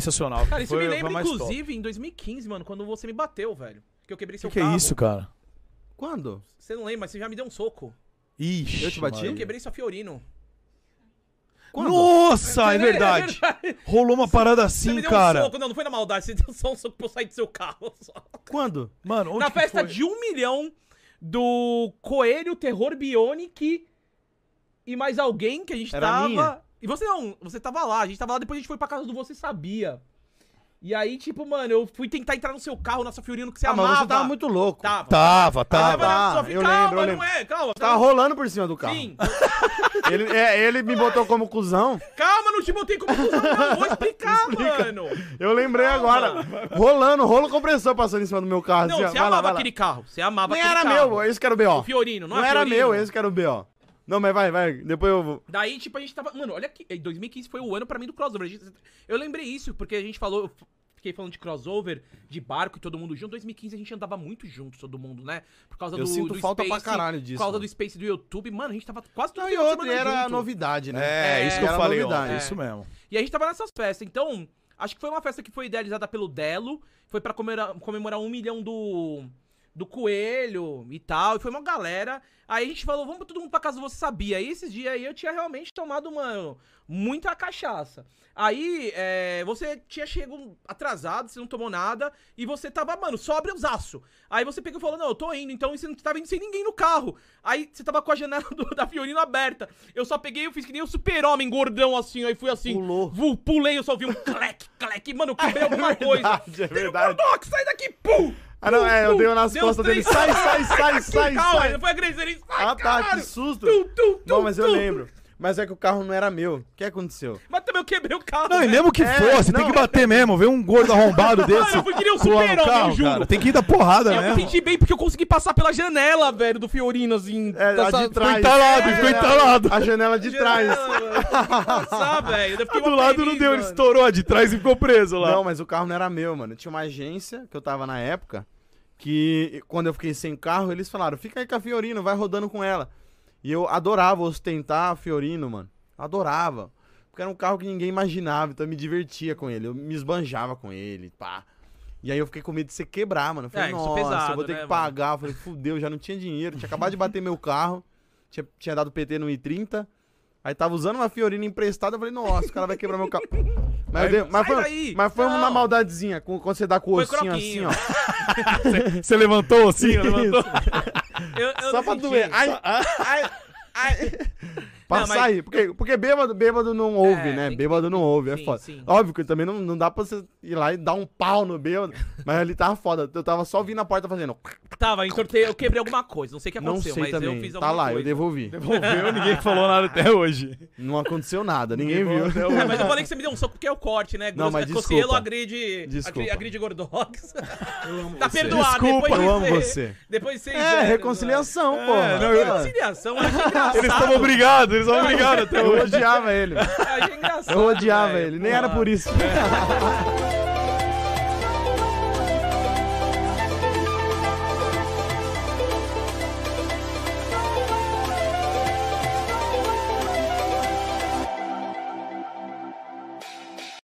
Sensacional. Cara, isso Foi- me foi lembra, mais top. inclusive, em 2015, mano, quando você me bateu, velho. Que eu quebrei Que seu que carro. é isso, cara? Quando? Você não lembra, mas você já me deu um soco. Ixi. Eu te bati? Eu Maria. quebrei sua Fiorino. Quando? Nossa, é verdade. Rolou uma parada Você me assim, deu um cara. soco, não, não foi na maldade, você deu só um soco pra eu sair do seu carro. só. Quando? Mano, onde Na que festa foi? de um milhão do Coelho Terror Bionic e mais alguém que a gente Era tava. minha? E você não, você tava lá, a gente tava lá, depois a gente foi pra casa do Você Sabia. E aí, tipo, mano, eu fui tentar entrar no seu carro, na sua Fiorino, que você Ah, mas amava. Tá. você tava muito louco. Tava. Tava, Tava, tava. na- só tá, fi- eu calma, lembro, eu não é, calma. Tava rolando por cima do carro. Sim, Ele, é, ele me botou como cuzão. calma, não te botei como cuzão, não, vou explicar, mano. Eu lembrei Calma. agora. Rolando, rolo compressor passando em cima do meu carro. Não, assim, ó. você Vai lá, amava vai lá. aquele carro, você amava Nem aquele era carro. meu, esse que era O o B.O. Fiorino, não, Não é era Fiorino? meu, esse que era o B.O. Não, mas vai, vai. Depois eu vou. Daí, tipo, a gente tava. Mano, olha que. eh, 2015 foi o ano pra mim do crossover. A gente- Eu lembrei isso, porque a gente falou. eu f- Fiquei falando de crossover, de barco e todo mundo junto. 2015 a gente andava muito junto, todo mundo, né? Por causa Eu do. sinto do falta pra caralho disso, Por causa mano. do Space do YouTube. Mano, a gente tava quase todo Não, e final de outra, semana era junto. novidade, né? É, isso que eu Era falei, ó. novidade. É. Isso mesmo. E a gente tava nessas festas. Então, acho que foi uma festa que foi idealizada pelo Delo. Foi pra comemorar, comemorar um milhão do. Do coelho e tal. E foi uma galera. Aí a gente falou, vamos todo mundo pra casa, você sabia. E esses dias aí eu tinha realmente tomado, mano, muita cachaça. Aí é, você tinha chegado atrasado, você não tomou nada. E você tava, mano, sobra os aço. Aí você pegou e falou, não, eu tô indo. Então e você não tava indo sem ninguém no carro. Aí você tava com a janela do- da Fiorino aberta. Eu só peguei e fiz que nem o super-homem gordão assim. Aí fui assim. Pulou. Vu, pulei, eu só vi um clec, clec. Mano, eu quebrei alguma coisa. Ah, verdade, é Tem um verdade. Gordox, sai daqui, pum! Ah, não, é, eu Pum, dei nas deu costas dele. três- Sai, sai, sai, sai, Calma, sai. ele foi agressivo, ele sai, Ah, tá, que caralho. susto. Tum, tum, Não, tum, mas eu tum. lembro. Mas é que o carro não era meu. O que aconteceu? Mas também eu quebrei o carro. né? Não, e velho. mesmo que É, for, você tem não. que bater mesmo. Vê um gordo arrombado desse. eu fui que nem um pular no super-homem, eu carro, juro. cara. Tem que ir da porrada Eu né? me mesmo. senti bem porque eu consegui passar pela janela, velho, do Fiorino, assim. É, a de trás. entalado, ficou entalado. A janela de trás. Passar, velho. Eu fiquei Do mó lado feliz, não deu, ele mano. estourou a de trás e ficou preso lá. Não, mas o carro não era meu, mano. Tinha uma agência que eu tava na época que quando eu fiquei sem carro, eles falaram: "Fica aí com a Fiorino, vai rodando com ela". E eu adorava ostentar a Fiorino, mano. Adorava. Porque era um carro que ninguém imaginava, então eu me divertia com ele, eu me esbanjava com ele, pá. E aí eu fiquei com medo de você quebrar, mano. Eu falei, É, isso é nossa, eu pesado, vou ter né, que mano?" pagar. Eu falei, fudeu, já não tinha dinheiro, tinha acabado de bater meu carro, tinha, tinha dado PT no I30. Aí tava usando uma Fiorina emprestada, eu falei, nossa, o cara vai quebrar meu carro. Mas, eu dei- mas sai foi, um daí! mas foi uma Não. maldadezinha, com- quando você dá com o Foi ossinho assim, croquinho. ó. Você levantou assim, levantou. Eu, eu Só não pra senti. doer. Ai, ai, ai. Passa mas- aí, porque, porque bêbado, bêbado não ouve, É, né? tem que- Bêbado não ouve, é Sim, foda. sim. Óbvio que também não, não dá pra você ir lá e dar um pau no bêbado, mas ele tava foda. Eu tava só vindo a porta fazendo. Tava, entortei, eu quebrei alguma coisa. Não sei o que Não aconteceu, sei mas eu também. fiz Tá alguma lá, coisa. eu devolvi. Devolveu, ninguém falou nada até hoje. Não aconteceu nada, ninguém viu. É, mas eu falei que você me deu um soco porque é o corte, né? Não, mas Grosso- desculpa. Cocielo agride, Desculpa. agri- agride Gordox. Tá perdoado. Desculpa, depois de eu amo seis- você. Depois de seis É, anos, reconciliação, pô. não, mano. eu- Reconciliação, É, eu achei engraçado. Eles estão obrigados, eles estão obrigados até Eu hoje. odiava ele. Eu achei engraçado. Eu odiava velho. ele, nem era Porra. por isso.